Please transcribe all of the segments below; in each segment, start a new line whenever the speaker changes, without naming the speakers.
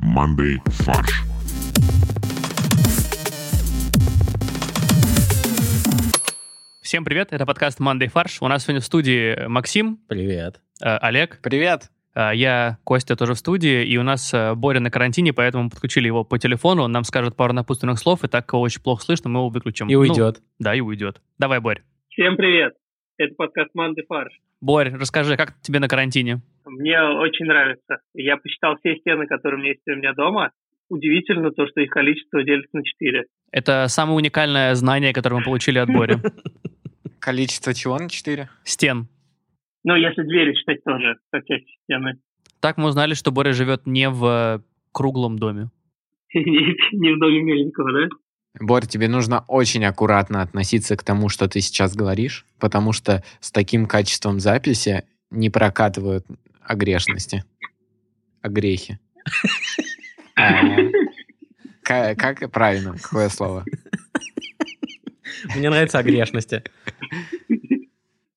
командой «Фарш».
Всем привет, это подкаст «Мандай фарш». У нас сегодня в студии Максим,
Привет.
э, Олег,
Привет.
э, я, Костя тоже в студии, и у нас э, Боря на карантине, поэтому мы подключили его по телефону, он нам скажет пару напутственных слов, и так его очень плохо слышно, мы его выключим.
И
Ну,
уйдет.
да, и уйдет. Давай, Борь.
Всем привет! Это подкаст «Манды фарш».
Борь, расскажи, как тебе на карантине?
Мне очень нравится. Я посчитал все стены, которые у меня есть у меня дома. Удивительно то, что их количество делится на 4.
Это самое уникальное знание, которое мы получили от Бори.
Количество чего на 4?
Стен.
Ну, если двери считать тоже, как часть стены.
Так мы узнали, что Боря живет не в э, круглом доме.
Не в доме Мельникова, да?
Борь, тебе нужно очень аккуратно относиться к тому, что ты сейчас говоришь, потому что с таким качеством записи не прокатывают огрешности. Огрехи. А, ка- Как правильно? Какое слово?
Мне нравится огрешности.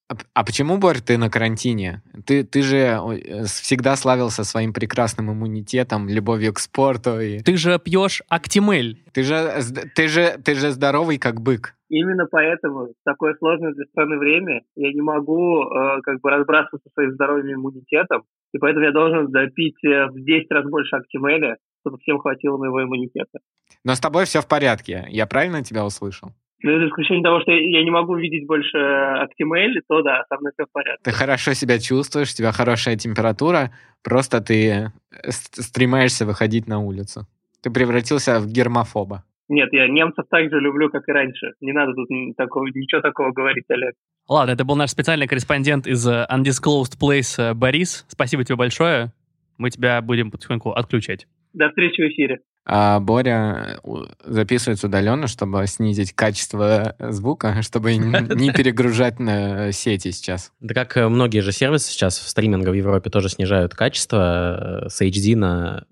А п- А почему, Борь, ты на карантине? Ты, ты же э, всегда славился своим прекрасным иммунитетом, любовью к спорту. И...
Ты же пьешь актимель.
Ты, же, зд- ты, же, ты же здоровый, как бык.
Именно поэтому в такое сложное для страны время я не могу э, как бы разбрасываться своим здоровьем и иммунитетом, и поэтому я должен допить э, в 10 раз больше актимеля, чтобы всем хватило моего иммунитета.
Но с тобой все в порядке. Я правильно тебя услышал?
Ну, за исключением того, что я не могу видеть больше Актимель, то да, со мной все в порядке.
Ты хорошо себя чувствуешь, у тебя хорошая температура, просто ты э, с- стремаешься выходить на улицу. Ты превратился в гермофоба.
Нет, я немцев так же люблю, как и раньше. Не надо тут м, такого, ничего такого говорить, Олег.
Ладно, это был наш специальный корреспондент из э, Undisclosed Place э, Борис. Спасибо тебе большое. Мы тебя будем потихоньку отключать.
До встречи в эфире.
А Боря э, у- записывается удаленно, чтобы снизить качество э, звука, чтобы н- не перегружать на э, сети сейчас.
Да как э, многие же сервисы сейчас в стриминга в Европе тоже снижают качество э, с HD на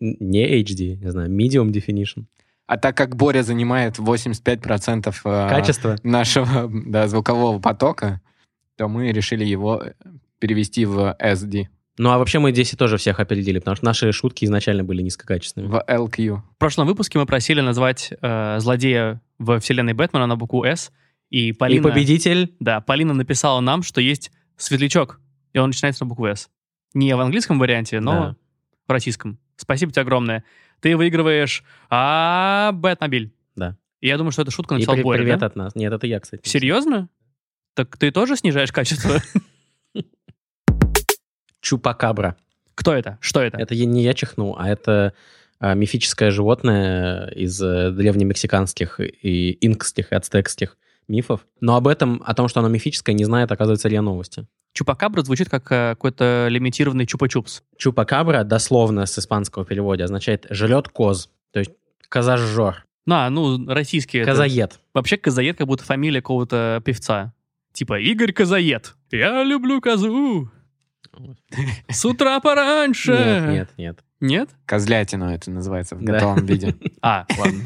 н- не HD, не знаю, medium definition.
А так как Боря занимает 85% э,
Качество.
нашего да, звукового потока, то мы решили его э, перевести в SD,
Ну а вообще мы здесь и тоже всех опередили, потому что наши шутки изначально были низкокачественными.
в LQ.
В прошлом выпуске мы просили назвать э, злодея во вселенной Бэтмена на букву «С». И
И
Полина,
победитель
да, Полина написала нам, что есть светлячок, и он начинается на букву «С». Не в английском варианте, но
Да.
в российском. Спасибо тебе огромное. Ты выигрываешь а Бэтмобиль.
Да.
И я думаю, что эта шутка
и
написал
при-
Боря,
привет
да?
от нас. Нет, это я, кстати.
Серьезно? Так ты тоже снижаешь качество?
Чупакабра.
Кто это? Что это?
Это я- не я чихнул, а это а, мифическое животное из э, древнемексиканских и инкских и ацтекских мифов. Но об этом, о том, что оно мифическое, не знает, оказывается, РИА Новости.
Чупакабра звучит как э, какой-то лимитированный чупа-чупс.
Чупакабра, дословно с испанского перевода, означает «жрет коз», то есть козажор,
На, ну, российские. это-
козаед.
Вообще Козаед как будто фамилия какого-то певца. Типа Игорь Козаед. Я люблю козу. С утра пораньше.
Нет, нет, нет.
Нет?
Козлятину это называется в
Да.
готовом виде.
А, ладно.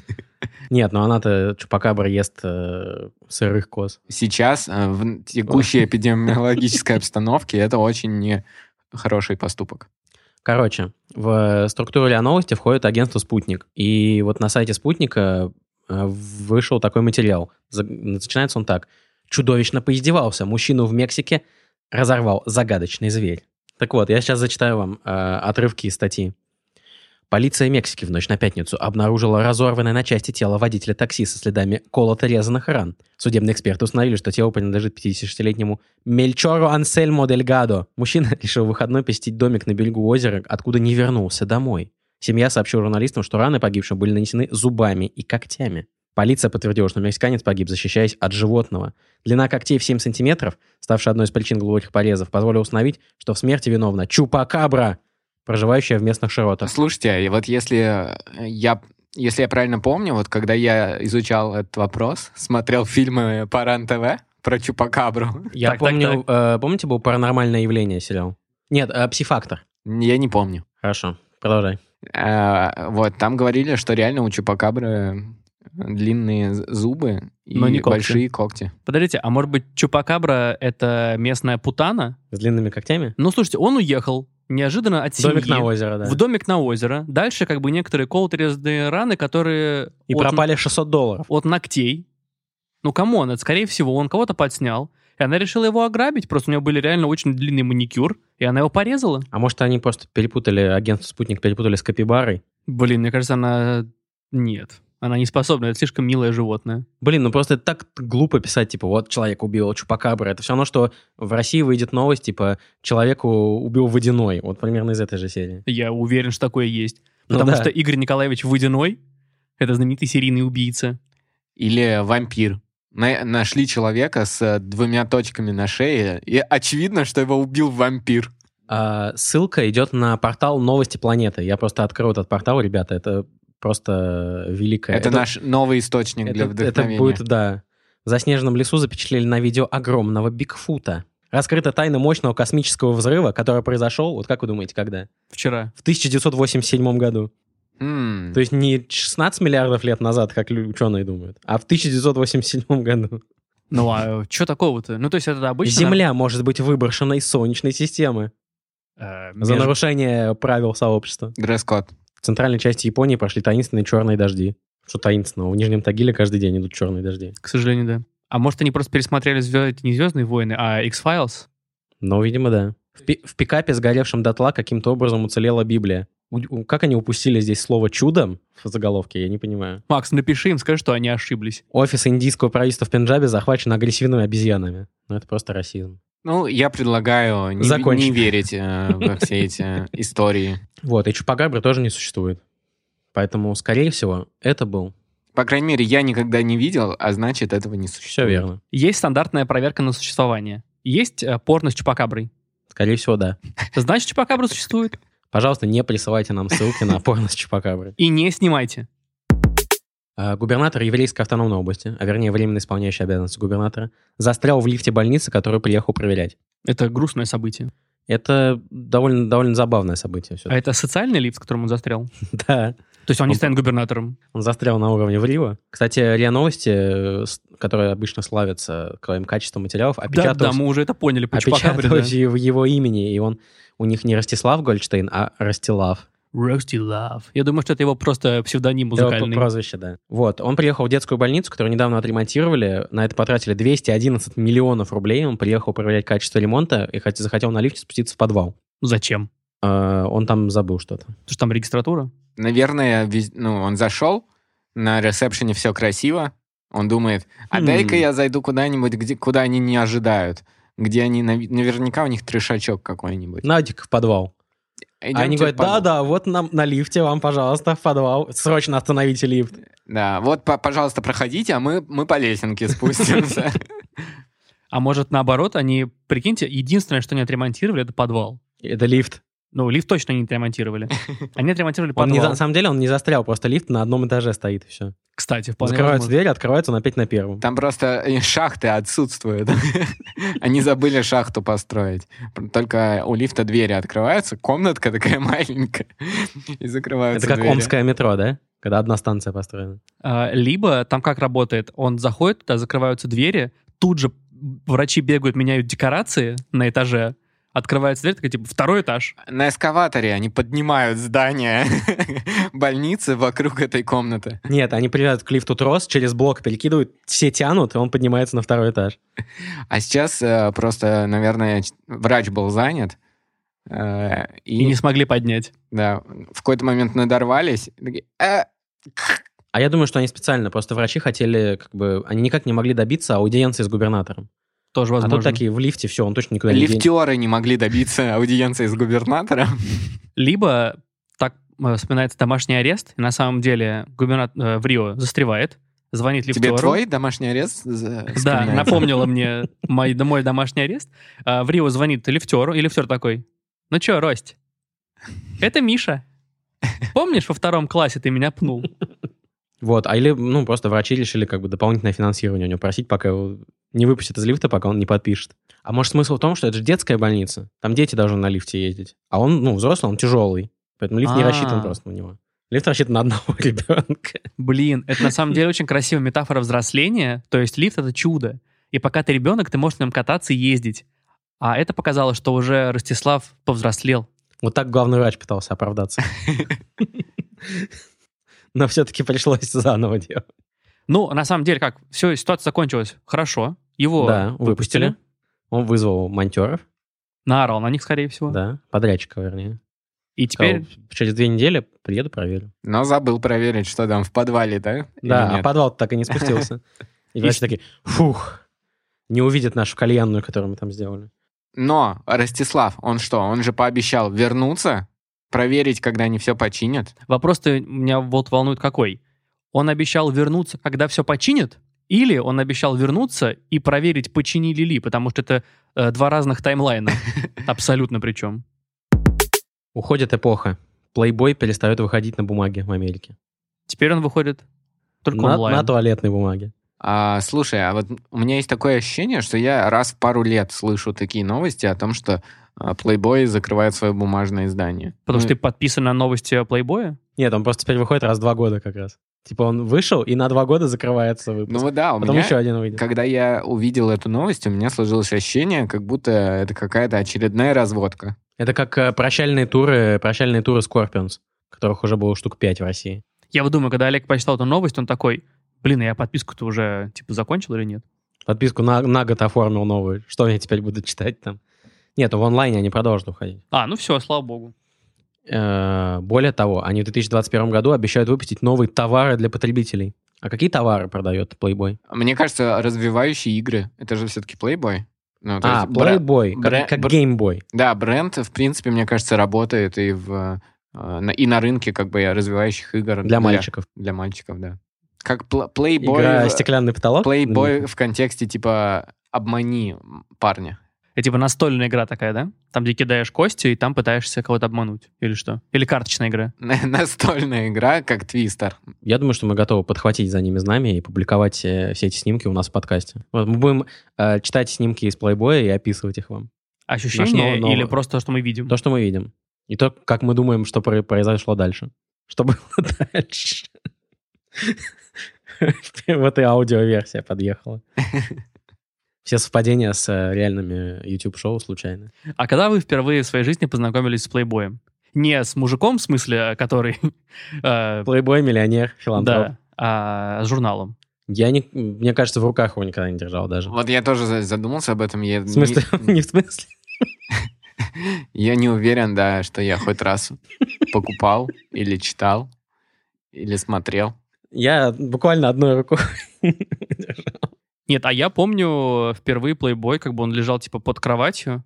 Нет, но она-то, Чупакабра, ест э, сырых коз.
Сейчас, э, в текущей эпидемиологической обстановке, это очень не хороший поступок.
Короче, в э, структуру РИА Новости входит агентство «Спутник». И вот на сайте «Спутника» э, вышел такой материал. За- Начинается он так. «Чудовищно поиздевался. Мужчину в Мексике разорвал загадочный зверь». Так вот, я сейчас зачитаю вам э, отрывки из статьи. Полиция Мексики в ночь на пятницу обнаружила разорванное на части тело водителя такси со следами колото-резанных ран. Судебные эксперты установили, что тело принадлежит 56-летнему Мельчору Ансельмо Дельгадо. Мужчина решил в выходной посетить домик на берегу озера, откуда не вернулся домой. Семья сообщила журналистам, что раны погибшего были нанесены зубами и когтями. Полиция подтвердила, что мексиканец погиб, защищаясь от животного. Длина когтей в 7 сантиметров, ставшая одной из причин глубоких порезов, позволила установить, что в смерти виновна Чупакабра, проживающая в местных широтах.
Слушайте, а и вот если э, я если я правильно помню, вот когда я изучал этот вопрос, смотрел фильмы по РАН-ТВ про Чупакабру,
Я
Так, так,
помню, э, помните, был «Паранормальное явление» сериал? Нет, э, «Псифактор».
я не помню.
Хорошо, продолжай.
Э, Вот, там говорили, что реально у Чупакабры длинные з- зубы и
Но не когти.
большие когти.
Подождите, а может быть Чупакабра — это местная путана?
С длинными когтями?
Ну, слушайте, он уехал неожиданно от семьи.
Домик на озеро, да.
В домик на озеро. Дальше как бы некоторые колотрезные раны, которые...
И
от-
пропали 600 долларов.
от ногтей. Ну, камон, это, скорее всего, он кого-то подснял, и она решила его ограбить, просто у него были реально очень длинный маникюр, и она его порезала.
А может, они просто перепутали, агентство «Спутник» перепутали с капибарой?
Блин, мне кажется, она... Нет. Она не способна, это слишком милое животное.
Блин, ну просто это так глупо писать, типа, вот человек убил Чупакабра. Это все равно, что в России выйдет новость, типа, человеку убил водяной. Вот примерно из этой же серии.
Я уверен, что такое есть.
Ну
Потому
да.
что Игорь Николаевич Водяной — это знаменитый серийный убийца.
Или вампир. На- нашли человека с э, двумя точками на шее, и очевидно, что его убил вампир.
А, ссылка идет на портал «Новости планеты». Я просто открою этот портал, ребята, это просто великое.
это, наш новый источник для
это, это
вдохновения.
будет, да. В заснеженном лесу запечатлели на видео огромного Бигфута. Раскрыта тайна мощного космического взрыва, который произошел, вот как вы думаете, когда?
Вчера.
В 1987 году.
М,
То есть не 16 миллиардов лет назад, как лю- ученые думают, а в 1987 году.
Ну а что такого-то? Ну то есть это обычно...
Земля может быть выброшена из Солнечной системы
Э, между-
А, за нарушение правил сообщества.
Дресс-код.
В центральной части Японии прошли таинственные черные дожди. Что таинственного? В Нижнем Тагиле каждый день идут черные дожди.
К сожалению, да. А может они просто пересмотрели звезд... не «Звездные войны», а «X-Files»?
Ну, видимо, да. В, пи- в пикапе, сгоревшем дотла, каким-то образом уцелела Библия. У- у- как они упустили здесь слово «чудом» в заголовке, я не понимаю.
Макс, напиши им, скажи, что они ошиблись.
Офис индийского правительства в Пенджабе захвачен агрессивными обезьянами. Ну, это просто расизм.
Ну, я предлагаю не,
Закончим.
не верить э, во все эти истории.
Вот, и Чупагабра тоже не существует. Поэтому, скорее всего, это был.
По крайней мере, я никогда не видел, а значит, этого не
Все
существует.
верно.
Есть стандартная проверка на существование. Есть э, порно с чупакаброй.
Скорее всего, да.
Значит, чупакабра существует.
Пожалуйста, не присылайте нам ссылки на порно с Чупакаброй.
И не снимайте.
А, Губернатор еврейской автономной области, а вернее, временно исполняющий обязанности губернатора, застрял в лифте больницы, который приехал проверять.
Это грустное событие.
Это довольно, довольно забавное событие. все
А это социальный лифт, в котором он застрял?
Да.
То есть он не
Он-
станет губернатором?
Он застрял на уровне влива. Кстати, РИА Новости, э, с- которые обычно славятся своим качеством материалов,
Да, да,
опечатывают,
мы уже это поняли по чупакабре.
опечатывают его, его имени. И он у них не Ростислав Гольдштейн, а Ростилав.
Rusty Love. Я думаю, что это его просто псевдоним
Его п-
музыкальный.
прозвище, да. Вот. Он приехал в детскую больницу, которую недавно отремонтировали. На это потратили 211 миллионов рублей. Он приехал проверять качество ремонта и хот- захотел на лифте спуститься в подвал.
Ну, Зачем?
Э, Он там забыл что-то.
Потому что там регистратура.
Наверное, вез- ну, он зашел, на ресепшене все красиво. Он думает, а
Хм.
дай-ка я зайду куда-нибудь, где, куда они не ожидают. Где они, нав- наверняка у них трешачок какой-нибудь.
Надик в подвал.
Идёмте
А Ну, они
типа,
говорят,
в подвал.
да-да, вот нам на лифте, вам, пожалуйста, в подвал. Срочно остановите лифт.
Да, вот, по- пожалуйста, проходите, а мы, мы по лесенке спустимся.
А может, наоборот, они, прикиньте, единственное, что они отремонтировали, это подвал.
Это лифт.
Ну, лифт точно не отремонтировали. Они отремонтировали
Он не, за-
подвал.
на самом деле он не застрял, просто лифт на одном этаже стоит и все.
Кстати, вполне
Закрываются
возможно.
двери, открывается он опять на первом.
Там просто э, шахты отсутствуют. Они забыли шахту построить. Только у лифта двери открываются, комнатка такая маленькая, и закрываются
Это как
двери.
омское метро, да? Когда одна станция построена.
А, Либо там как работает, он заходит туда, закрываются двери, тут же врачи бегают, меняют декорации на этаже, открывается дверь, такая, типа, второй этаж.
На эскаваторе они поднимают здание больницы вокруг этой комнаты.
Нет, они привязывают к лифту трос, через блок перекидывают, все тянут, и он поднимается на второй этаж.
А сейчас э, просто, наверное, ч- врач был занят. э,
И
и
не смогли поднять.
да, в какой-то момент надорвались. и такие, «Э,
А я думаю, что они специально, просто врачи хотели, как бы, они никак не могли добиться аудиенции с губернатором.
Тоже возможно.
А тут такие в лифте, все, он точно никуда не денется.
Лифтеры не могли добиться аудиенции с губернатором.
Либо так э, вспоминается домашний арест, и на самом деле губернатор э, в Рио застревает, звонит
Тебе
лифтеру.
твой домашний арест за-
Да,
вспоминается?
напомнила мне мой, да, мой домашний арест. А, В Рио звонит лифтеру, и лифтер такой, ну чё, Рость, это Миша. Помнишь, во втором классе ты меня пнул?
Вот, а или, ну, просто врачи решили как бы дополнительное финансирование у него просить, пока его не выпустят из лифта, пока он не подпишет. А может смысл в том, что это же детская больница, там дети должны на лифте ездить, а он, ну, взрослый, он тяжелый, поэтому лифт не
А.
рассчитан просто на него. Лифт рассчитан на одного ребенка.
Блин, это на самом деле очень красивая метафора взросления. То есть лифт — это чудо. И пока ты ребенок, ты можешь на нем кататься и ездить. А это показало, что уже Ростислав повзрослел.
Вот так главный врач пытался оправдаться. Но все-таки пришлось заново делать.
Ну, на самом деле, как, все, ситуация закончилась хорошо. Его
Да, выпустили. Он вызвал монтеров,
наорал на них, скорее всего.
да, подрядчика, вернее.
И теперь
Сказал, через две недели приеду, проверю.
Но забыл проверить, что там в подвале, да? Или
Да, а
нет?
подвал так и не спустился. И врачи такие, фух, не увидят нашу кальянную, которую мы там сделали.
Но Ростислав, он что, он же пообещал вернуться, проверить, когда они все починят?
вопрос-то меня вот волнует какой. Он обещал вернуться, когда все починят? Или он обещал вернуться и проверить, починили ли, потому что это э, два разных таймлайна. Абсолютно причем.
Уходит эпоха. Плейбой перестает выходить на бумаге в Америке.
Теперь он выходит только
На,
онлайн.
на туалетной бумаге.
А, слушай, а вот у меня есть такое ощущение, что я раз в пару лет слышу такие новости о том, что а, Playboy закрывает свое бумажное издание.
Потому что
Ну,
ты подписан на новости Плейбоя?
Нет, он просто теперь выходит раз в два года как раз. Типа он вышел, и на два года закрывается выпуск.
Ну вот да, у
Потом
меня...
еще один выйдет.
Когда я увидел эту новость, у меня сложилось ощущение, как будто это какая-то очередная разводка.
Это как э, прощальные туры, прощальные туры Scorpions, которых уже было штук 5 в России.
Я вот думаю, когда Олег прочитал эту новость, он такой, блин, а я подписку-то уже, типа, закончил или нет?
Подписку на, на год оформил новую. Что они теперь будут читать там? Нет, в онлайне они продолжат уходить.
А, ну все, слава богу.
Э, Более того, они в 2021 году обещают выпустить новые товары для потребителей. А какие товары продает Playboy?
Мне кажется, развивающие игры, это же все-таки Playboy. Ну, то
А,
есть бра-
Playboy,
бра-
как, как
бра-
Game Boy.
Да, бренд, в принципе, мне кажется, работает и в э, на- и на рынке как бы развивающих игр
Для мальчиков.
Для мальчиков, да. Как пл- Playboy,
Игра
в-
«Стеклянный потолок». Ну,
Playboy в контексте типа обмани парня.
Это типа настольная игра такая, да? Там, где кидаешь кости, и там пытаешься кого-то обмануть. Или что? Или карточная игра.
На- Настольная игра, как твистер.
Я думаю, что мы готовы подхватить за ними знамя и публиковать э, все эти снимки у нас в подкасте. Вот мы будем э, читать снимки из Playboy и описывать их вам.
Ощущение
Наш новый-
или
новый-
просто то, что мы видим?
То, что мы видим. И то, как мы думаем, что про- произошло дальше. Что было дальше. Вот и аудиоверсия подъехала. Все совпадения с э, реальными YouTube-шоу случайно.
А когда вы впервые в своей жизни познакомились с плейбоем? Не с мужиком, в смысле, э, который... э,
Playboy, миллионер, филантроп.
Да, а с журналом.
Я, не, мне кажется, в руках его никогда не держал даже.
Вот я тоже за- задумался об этом. Я
В смысле?
Не,
Не в смысле?
я не уверен, да, что я хоть раз покупал или читал или смотрел.
Я буквально одной рукой держал.
Нет, а я помню впервые плейбой, как бы он лежал, типа, под кроватью.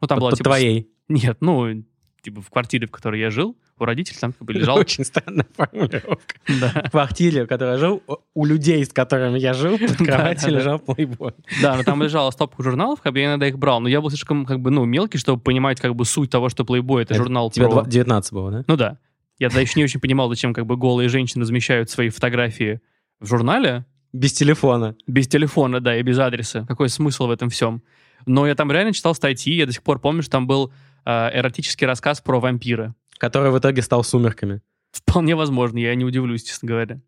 Ну, там
Под-
была,
под
типа, с-
твоей.
Нет, ну, типа в квартире, в которой я жил, у родителей там как бы
Это
лежал.
Очень странная формулировка.
Да,
В квартире, в которой я жил, у- у людей, с которыми я жил, под
Да, да,
кроватью
да.
лежал плейбой.
да, но там лежала стопка журналов, как бы я иногда их брал, но я был слишком, как бы, ну, мелкий, чтобы понимать, как бы, суть того, что Playboy — это
Это
журнал
Тебе
про-
Э, два- 19 было, да?
Ну да. Я тогда еще не очень понимал, зачем, как бы, голые женщины размещают свои фотографии в журнале,
Без телефона.
без телефона, да, и без адреса. Какой смысл в этом всем? Но я там реально читал статьи, я до сих пор помню, что там был э, эротический рассказ про вампира.
Который в итоге стал сумерками.
Вполне возможно, я не удивлюсь, честно говоря.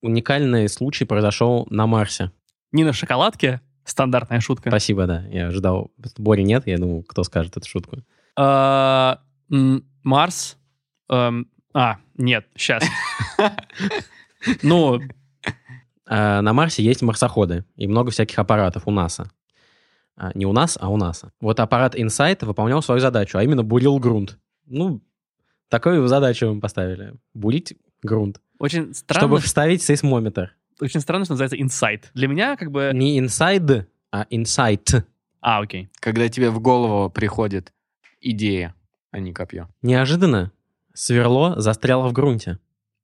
Уникальный случай произошел на Марсе.
Не на шоколадке, стандартная шутка.
Спасибо, да. Я ждал. Бори нет, я думал, кто скажет эту шутку.
А, м, Марс. эм, А, нет, сейчас. Ну,
А, на Марсе есть марсоходы и много всяких аппаратов у НАСА. А, не у нас, а у НАСА. Вот аппарат Insight выполнял свою задачу, а именно бурил грунт. Ну, такую задачу им поставили. Бурить грунт.
очень
Чтобы
странно,
вставить сейсмометр.
очень странно, что называется инсайт. Для меня как бы...
Не inside, а insight.
А, окей.
Когда тебе в голову приходит идея, а не копье.
Неожиданно сверло застряло в грунте.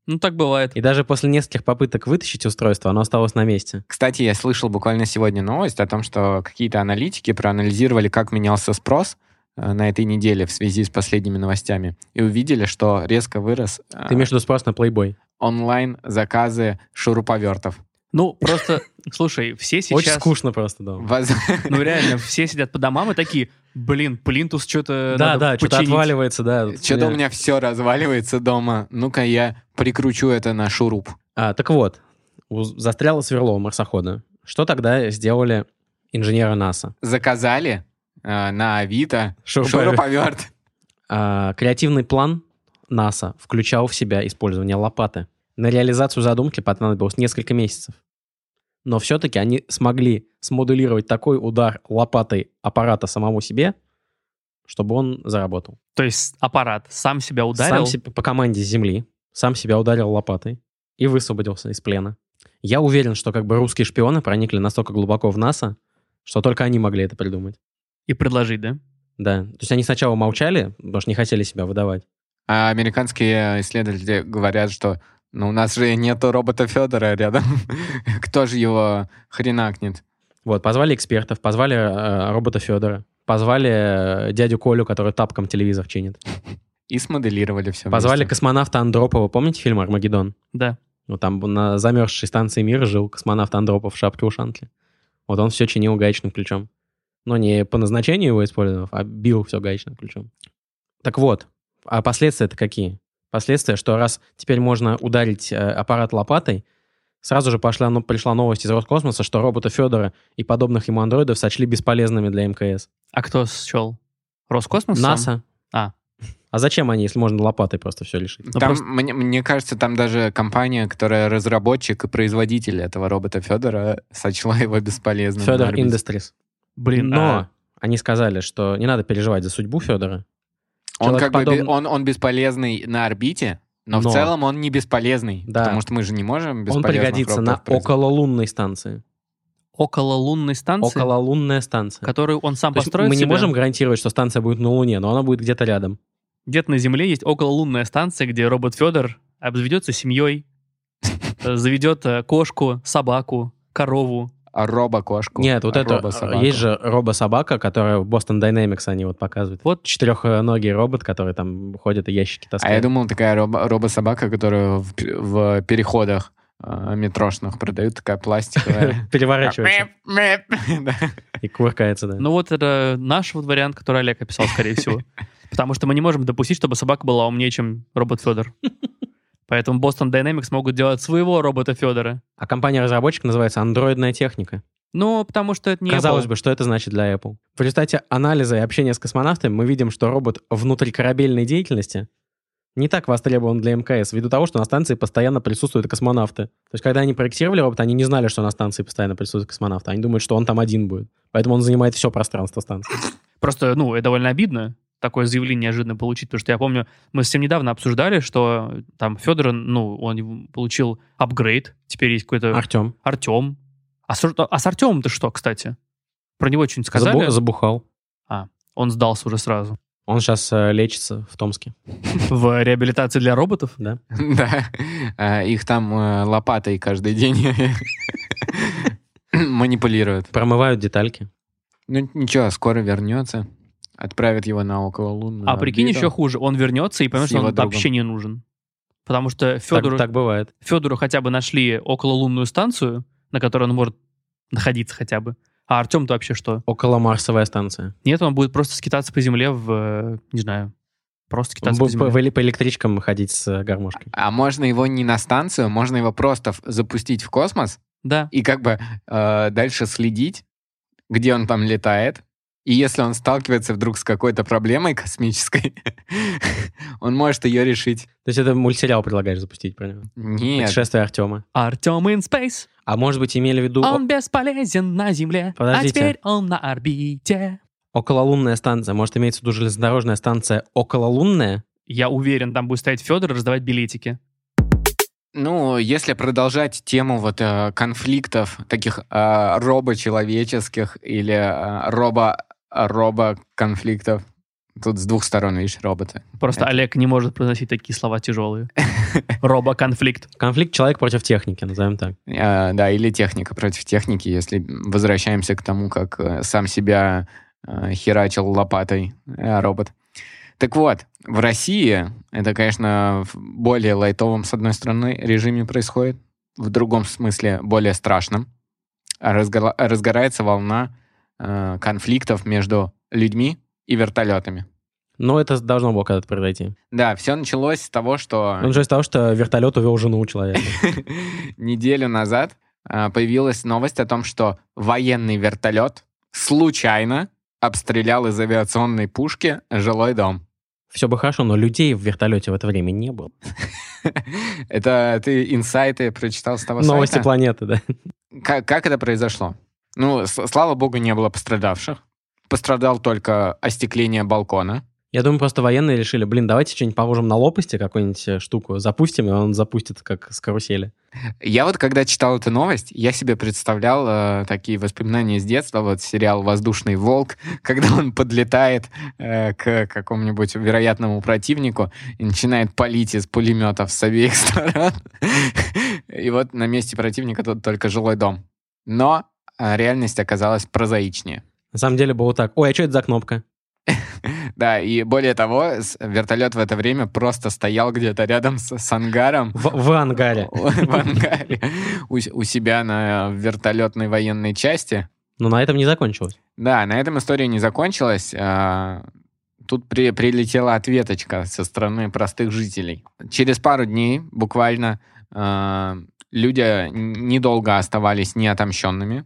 Ну, так бывает.
И даже после нескольких попыток вытащить устройство, оно осталось на месте.
Кстати, я слышал буквально сегодня новость о том, что какие-то аналитики проанализировали, как менялся спрос э, на этой неделе в связи с последними новостями, и увидели, что резко вырос э,
Ты имеешь в виду спрос на Playboy?
онлайн-заказы шуруповертов.
Ну, просто, слушай, все сейчас...
Очень скучно просто, да.
Воз-
Ну, реально, все сидят по домам и такие, блин, плинтус что-то
Да, да, что-то
починить.
отваливается, да.
Что-то у меня все разваливается дома. Ну-ка я прикручу это на шуруп.
А, так вот, у- застряло сверло у марсохода. Что тогда сделали инженеры НАСА?
Заказали э, на Авито
Шуруповерт.
шуруповерт.
А, креативный план НАСА включал в себя использование лопаты. На реализацию задумки понадобилось несколько месяцев. Но все-таки они смогли смоделировать такой удар лопатой аппарата самому себе, чтобы он заработал.
То есть аппарат сам себя
Сам
ударил?
себе по команде с земли, сам себя ударил лопатой и высвободился из плена. Я уверен, что как бы русские шпионы проникли настолько глубоко в НАСА, что только они могли это придумать.
И предложить, да?
Да. То есть они сначала молчали, потому что не хотели себя выдавать.
А американские исследователи говорят, что ну, у нас же нету робота Федора рядом. Кто же его хренакнет?
Вот, позвали экспертов, позвали э, робота Федора, позвали э, дядю Колю, который тапком телевизор чинит.
И смоделировали все.
Позвали космонавта Андропова. Помните фильм «Армагеддон»?
Да.
Ну, там на замерзшей станции мира жил космонавт Андропов в шапке-ушанке. Вот он все чинил гаечным ключом. Но не по назначению его использовав, а бил все гаечным ключом. Так вот, а последствия-то какие? Последствия, что раз теперь можно ударить э, аппарат лопатой, сразу же пошла, ну, пришла новость из Роскосмоса, что робота Федора и подобных ему андроидов сочли бесполезными для мкс.
А кто счел? Роскосмос? сам?
НАСА.
Ну, А.
А зачем они, если можно лопатой просто все лишить?
Ну,
Там,
просто-
мне, мне кажется, там даже компания, которая разработчик и производитель этого робота Федора, сочла его бесполезным. на
Федор
орбите.
Industries.
Блин,
Но
а,
они сказали, что не надо переживать за судьбу Федора.
Он как бы бе-
Человекоподобный.
он, он бесполезный на орбите, но,
Но.
в целом он не бесполезный.
Да.
Потому что мы же не можем
Он
бесполезных
пригодится на
роботов производить.
окололунной станции.
окололунной станции,
Окололунная станция.
которую он сам
То есть
построил
мы не
себе?
можем гарантировать, что станция будет на Луне, но она будет где-то рядом.
Где-то на Земле есть окололунная станция, где робот Федор обзаведется семьей, э, заведет э, кошку, собаку, корову.
А робокошку.
Нет, вот
а
это э,
робособаку.
есть же робособака, которая в Boston Dynamics они вот показывают.
Вот.
четырехногий робот, который там ходит и ящики
А я
таскает.
думал, такая робо- робособака, которую в, пе- в переходах э, метрошных продают, такая пластиковая.
Переворачивается
Мяп, мяп. Да.
и кувыркается, да.
Ну вот это наш вот вариант, который Олег описал, скорее всего. Потому что мы не можем допустить, чтобы собака была умнее, чем робот Федор. Поэтому Boston Dynamics могут делать своего робота Федора.
А компания-разработчик называется «Андроидная техника».
Ну, потому что это не
Казалось
Apple.
бы, что это значит для Apple. В результате анализа и общения с космонавтами мы видим, что робот внутри корабельной деятельности не так востребован для МКС, ввиду того, что на станции постоянно присутствуют космонавты. То есть, когда они проектировали робот, они не знали, что на станции постоянно присутствуют космонавты. Они думают, что он там один будет. Поэтому он занимает все пространство станции.
Просто, ну, это довольно обидно, такое заявление неожиданно получить, потому что я помню, мы с ним недавно обсуждали, что там Федор, ну, он получил апгрейд, теперь есть какой-то
Артем
Артем. А с, а с Артемом-то что, кстати? Про него что-нибудь сказали?
забухал.
Он сдался уже сразу.
Он сейчас лечится в Томске.
В реабилитации для роботов?
Да. А, Их там э, лопатой каждый день манипулируют.
Промывают детальки.
Ну ничего, скоро вернется. Отправят его на окололунную
А прикинь,
орбиту.
еще хуже. Он вернется и поймет,
С
что он
его другом.
вообще не нужен. Потому что
Так,
Федору,
так бывает.
Федору хотя бы нашли окололунную станцию, на которой он может находиться хотя бы. А Артем-то вообще что?
Около Марсовая станция.
Нет, он будет просто скитаться по земле в... э, Не знаю. Просто
Он
скитаться по
будет по,
земле.
по электричкам ходить с э, гармошкой.
А можно его не на станцию, можно его просто в- запустить в космос
Да.
и как бы э, дальше следить, где он там летает. И если он сталкивается вдруг с какой-то проблемой космической, он может ее решить.
То есть это мультсериал предлагаешь запустить про него?
Нет,
Путешествие Артема.
Артем in space,
А может быть, имели в виду о-
он бесполезен на земле,
Подождите.
а теперь он на орбите.
окололунная станция? Может, имеется в виду железнодорожная станция окололунная?
Я уверен, там будет стоять Федор и раздавать билетики.
Ну, если продолжать тему вот э, конфликтов таких э, робочеловеческих или э, робо робо конфликтов, тут с двух сторон видишь роботы.
Просто
Это-
Олег не может произносить такие слова тяжелые. Робоконфликт.
Конфликт человек против техники, назовем так.
Э, да, или техника против техники, если возвращаемся к тому, как э, сам себя э, херачил лопатой э, робот. Так вот, в России это, конечно, в более лайтовом, с одной стороны, режиме происходит. в другом смысле более страшном, разгора- разгорается волна э, конфликтов между людьми и вертолетами.
Но это должно было когда-то произойти.
Да, все началось с того, что
Он же из того, что вертолет увел жену у человека.
неделю назад а, появилась новость о том, что военный вертолет случайно обстрелял из авиационной пушки жилой дом.
Все бы хорошо, но людей в вертолете в это время не было.
Это ты инсайты прочитал с того
Новости
сайта?
планеты, да.
Как, как это произошло? Ну, с- слава богу, не было пострадавших. Пострадал только остекление балкона.
Я думаю, просто военные решили, блин, давайте что-нибудь положим на лопасти, какую-нибудь э, штуку запустим, и он запустит как с карусели.
Я вот когда читал эту новость, я себе представлял э, такие воспоминания с детства, вот сериал «Воздушный волк», когда он подлетает э, к какому-нибудь вероятному противнику и начинает палить из пулеметов с обеих сторон. И вот на месте противника тут только жилой дом. Но э, реальность оказалась прозаичнее.
На самом деле было так. Ой, а что это за кнопка?
Да, и более того, с- вертолет в это время просто стоял где-то рядом с, с ангаром.
В, в ангаре.
В ангаре. У, с- у себя на вертолетной военной части.
Но на этом не закончилось.
Да, на этом история не закончилась. А, Тут при- прилетела ответочка со стороны простых жителей. Через пару дней буквально а, люди н- недолго оставались неотомщенными.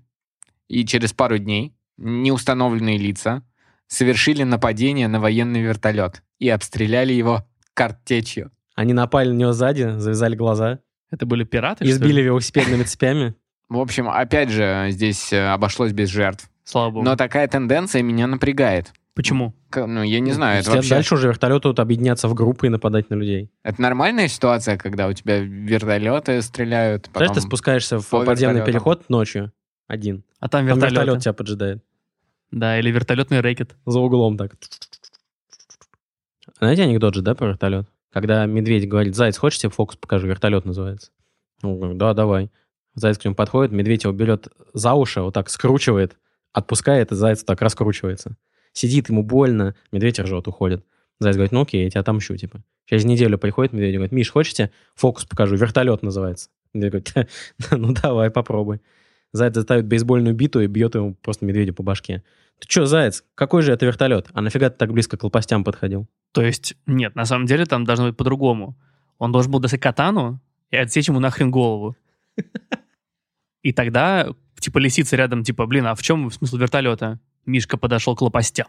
И через пару дней неустановленные лица совершили нападение на военный вертолет и обстреляли его картечью.
Они напали на него сзади, завязали глаза,
Это были пираты? что ли?
избили велосипедными цепями.
В общем, опять же, здесь э, обошлось без жертв.
Слава богу.
Но такая тенденция меня напрягает.
Почему?
К- Ну, я не знаю, это
Если
вообще...
Дальше уже вертолет тут объединяться в группы и нападать на людей.
Это нормальная ситуация, когда у тебя вертолеты стреляют.
Знаешь,
Потом...
ты спускаешься в
по
подземный
вертолетам.
переход ночью один.
А там
Там
вертолеты.
вертолет тебя поджидает.
Да, или вертолетный рэкет.
За углом так. Знаете анекдот же, да, про вертолет? Когда медведь говорит, заяц, хочешь, тебе фокус покажу, вертолет называется. Он говорит, да, давай. Заяц к нему подходит, медведь его берет за уши, вот так скручивает, отпускает, и заяц так раскручивается. Сидит, ему больно, медведь ржет, уходит. Заяц говорит, ну окей, я тебя отомщу, типа. Через неделю приходит медведь и говорит, Миш, хочешь, я тебе фокус покажу, вертолет называется. Медведь говорит, «Ха, ну давай, попробуй. Заяц достает бейсбольную биту и бьет ему просто медведю по башке. Ты что, заяц, какой же это вертолет? А нафига ты так близко к лопастям подходил?
То есть, нет, на самом деле там должно быть по-другому. Он должен был достать катану и отсечь ему нахрен голову. И тогда, типа, лисица рядом, типа, блин, а в чем смысл вертолета? Мишка подошел к лопастям.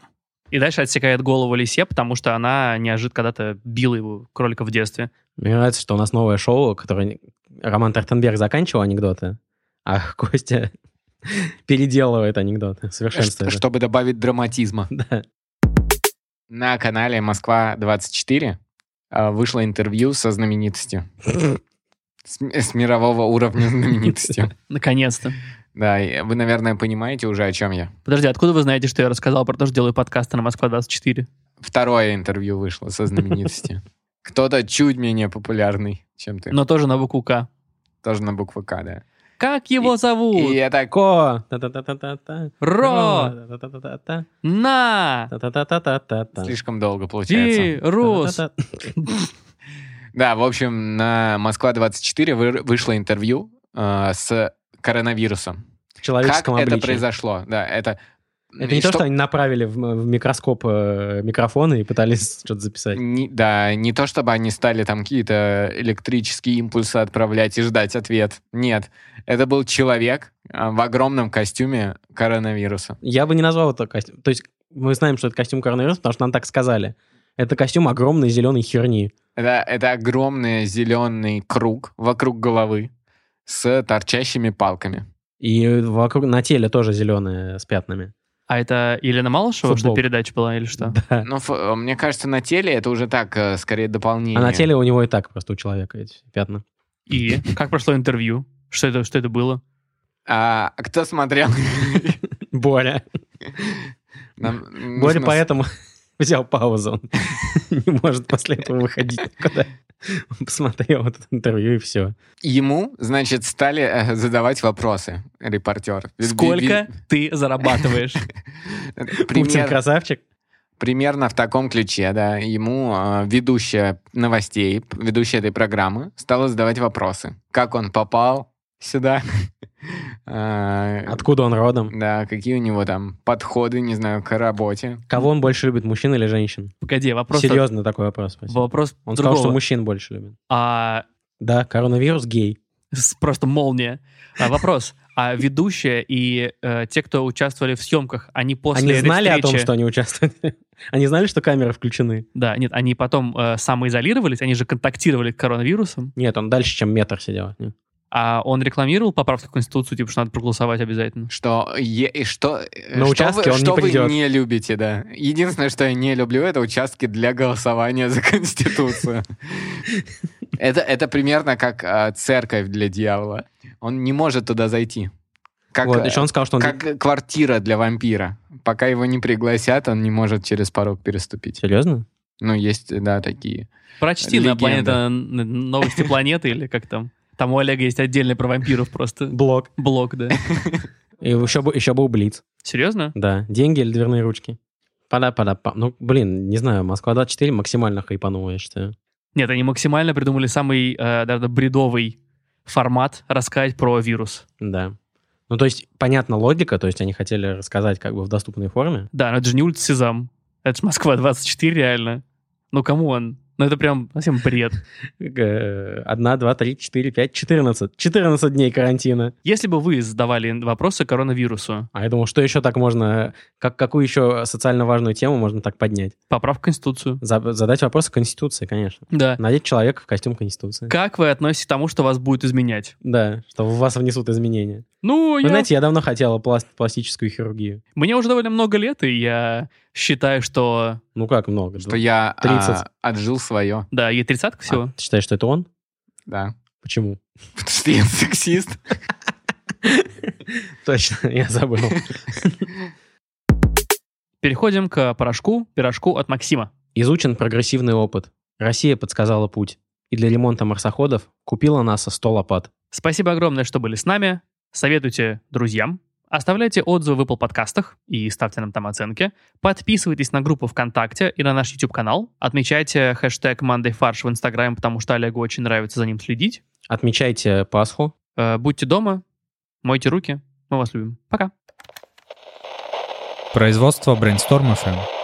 И дальше отсекает голову лисе, потому что она неожиданно когда-то била его кролика в детстве.
Мне нравится, что у нас новое шоу, которое Роман Тартенберг заканчивал анекдоты, а Костя переделывает анекдоты,
Ш-
совершенствует.
Чтобы добавить драматизма.
Да.
На канале Москва-24 э, вышло интервью со знаменитостью. С, м- с мирового уровня знаменитостью.
Наконец-то.
Да, и вы, наверное, понимаете уже, о чем я.
Подожди, откуда вы знаете, что я рассказал про то, что делаю подкасты на Москва-24?
Второе интервью вышло со знаменитостью. Кто-то чуть менее популярный, чем
Ну,
ты.
Но тоже на букву К.
Тоже на букву К, да.
Как его зовут?
И это
Ко! Та-та-та-та-та.
Ро!
Та-та-та-та-та.
На!
Та-та-та-та-та-та.
слишком долго получается.
Ти! Рус!
Та-та-та.
Да, в общем, на Москва-24 вы- вышло интервью э, с коронавирусом.
В человеческом
как
обличии.
это произошло? Да, это...
Это не то, что они направили в м- в микроскоп э, микрофоны и пытались что-то записать.
Не- да, не то, чтобы они стали там какие-то электрические импульсы отправлять и ждать ответ. Нет, это был человек э, в огромном костюме коронавируса.
Я бы не назвал это костюм. То есть мы знаем, что это костюм коронавируса, потому что нам так сказали. Это костюм огромной зеленой херни.
Это, это огромный зеленый круг вокруг головы с торчащими палками.
И вокруг на теле тоже зеленая с пятнами.
А это Елена Малышева, что
Футболка.
передача была или что?
Да.
Ну, ф- мне кажется, на теле это уже так, э, скорее, дополнение.
А на теле у него и так просто у человека эти пятна.
И как прошло интервью? Что это, что это было?
А кто смотрел?
Боря.
Нам
Боря
нужно с-
поэтому взял паузу. Он не может после этого выходить никуда. Он посмотрел вот это интервью и все.
Ему, значит, стали э, задавать вопросы репортер. Ви- ви- э,
Сколько ты зарабатываешь?
ви-
Путин
пример-
красавчик.
Примерно в таком ключе, да. Ему э, ведущая новостей, п- ведущая этой программы стала задавать вопросы. Как он попал сюда. А,
Откуда он родом?
Да, какие у него там подходы, не знаю, к работе.
Кого он больше любит, мужчин или женщин?
Погоди, вопрос...
Серьезно такой вопрос. спросил.
Вопрос
Он
другого.
сказал, что мужчин больше любит.
А,
Да, коронавирус гей.
с- просто молния. А, вопрос. А ведущие и э, те, кто участвовали в съемках, они после
они
этой
знали о том,
встречи-
что они участвуют? Они знали, что камеры включены?
Да, нет, они потом э, самоизолировались, они же контактировали с коронавирусом.
Нет, он дальше, чем метр сидел. Нет.
А он рекламировал поправки в Конституцию, типа, что надо проголосовать обязательно.
Что, е- и что, э,
На
что
участке
вы,
он не
что вы
придет.
не любите, да. Единственное, что я не люблю, это участки для голосования за Конституцию. Это, это примерно как а, церковь для дьявола. Он не может туда зайти. Как,
Вот,
э,
еще он сказал, что он...
как квартира для вампира. Пока его не пригласят, он не может через порог переступить.
Серьезно?
Ну, есть, да, такие.
Прочти на
Легенда.
планета, н- новости планеты или как там. Там у Олега есть отдельный про вампиров просто
Блок.
блок, да.
И еще, бы- еще был Блиц.
Серьезно?
Да, деньги или дверные ручки? пада пада па. Ну, блин, не знаю, Москва-24 максимально хайпанула, я считаю.
Нет, они максимально придумали самый, э, наверное, бредовый формат рассказать про вирус.
Да. Ну, то есть, понятна логика, то есть они хотели рассказать как бы в доступной форме.
Да, но это же не улица Сезам. Это же Москва-24 реально. Ну, кому он? Ну, это прям совсем бред.
Э, Одна, два, три, четыре, пять, четырнадцать. Четырнадцать дней карантина.
Если бы вы задавали вопросы коронавирусу,
А я думал, что еще так можно... Как, какую еще социально важную тему можно так поднять?
поправ в Конституцию.
За- задать вопросы Конституции, конечно.
Да.
Надеть человека в костюм Конституции.
Как вы относитесь к тому, что вас будет изменять?
Да, что в вас внесут изменения.
Ну,
Вы
я...
знаете, я давно хотела пласт- пластическую хирургию.
мне уже довольно много лет, и я считаю, что...
Ну как много?
Что я а,
30.
отжил свое,
Да, ей тридцатка всего.
А, ты считаешь, что это он?
да.
Почему?
Потому что я сексист.
Точно, я забыл.
Переходим к порошку, пирожку от Максима.
Изучен прогрессивный опыт. Россия подсказала путь. И для ремонта марсоходов купила НАСА 100 лопат.
Спасибо огромное, что были с нами. Советуйте друзьям. Оставляйте отзывы в Apple подкастах и ставьте нам там оценки. Подписывайтесь на группу ВКонтакте и на наш YouTube-канал. Отмечайте хэштег «Мандай фарш» в Инстаграме, потому что Олегу очень нравится за ним следить.
Отмечайте Пасху.
Э, Будьте дома, мойте руки. Мы вас любим. Пока.
Производство Brainstorm FM.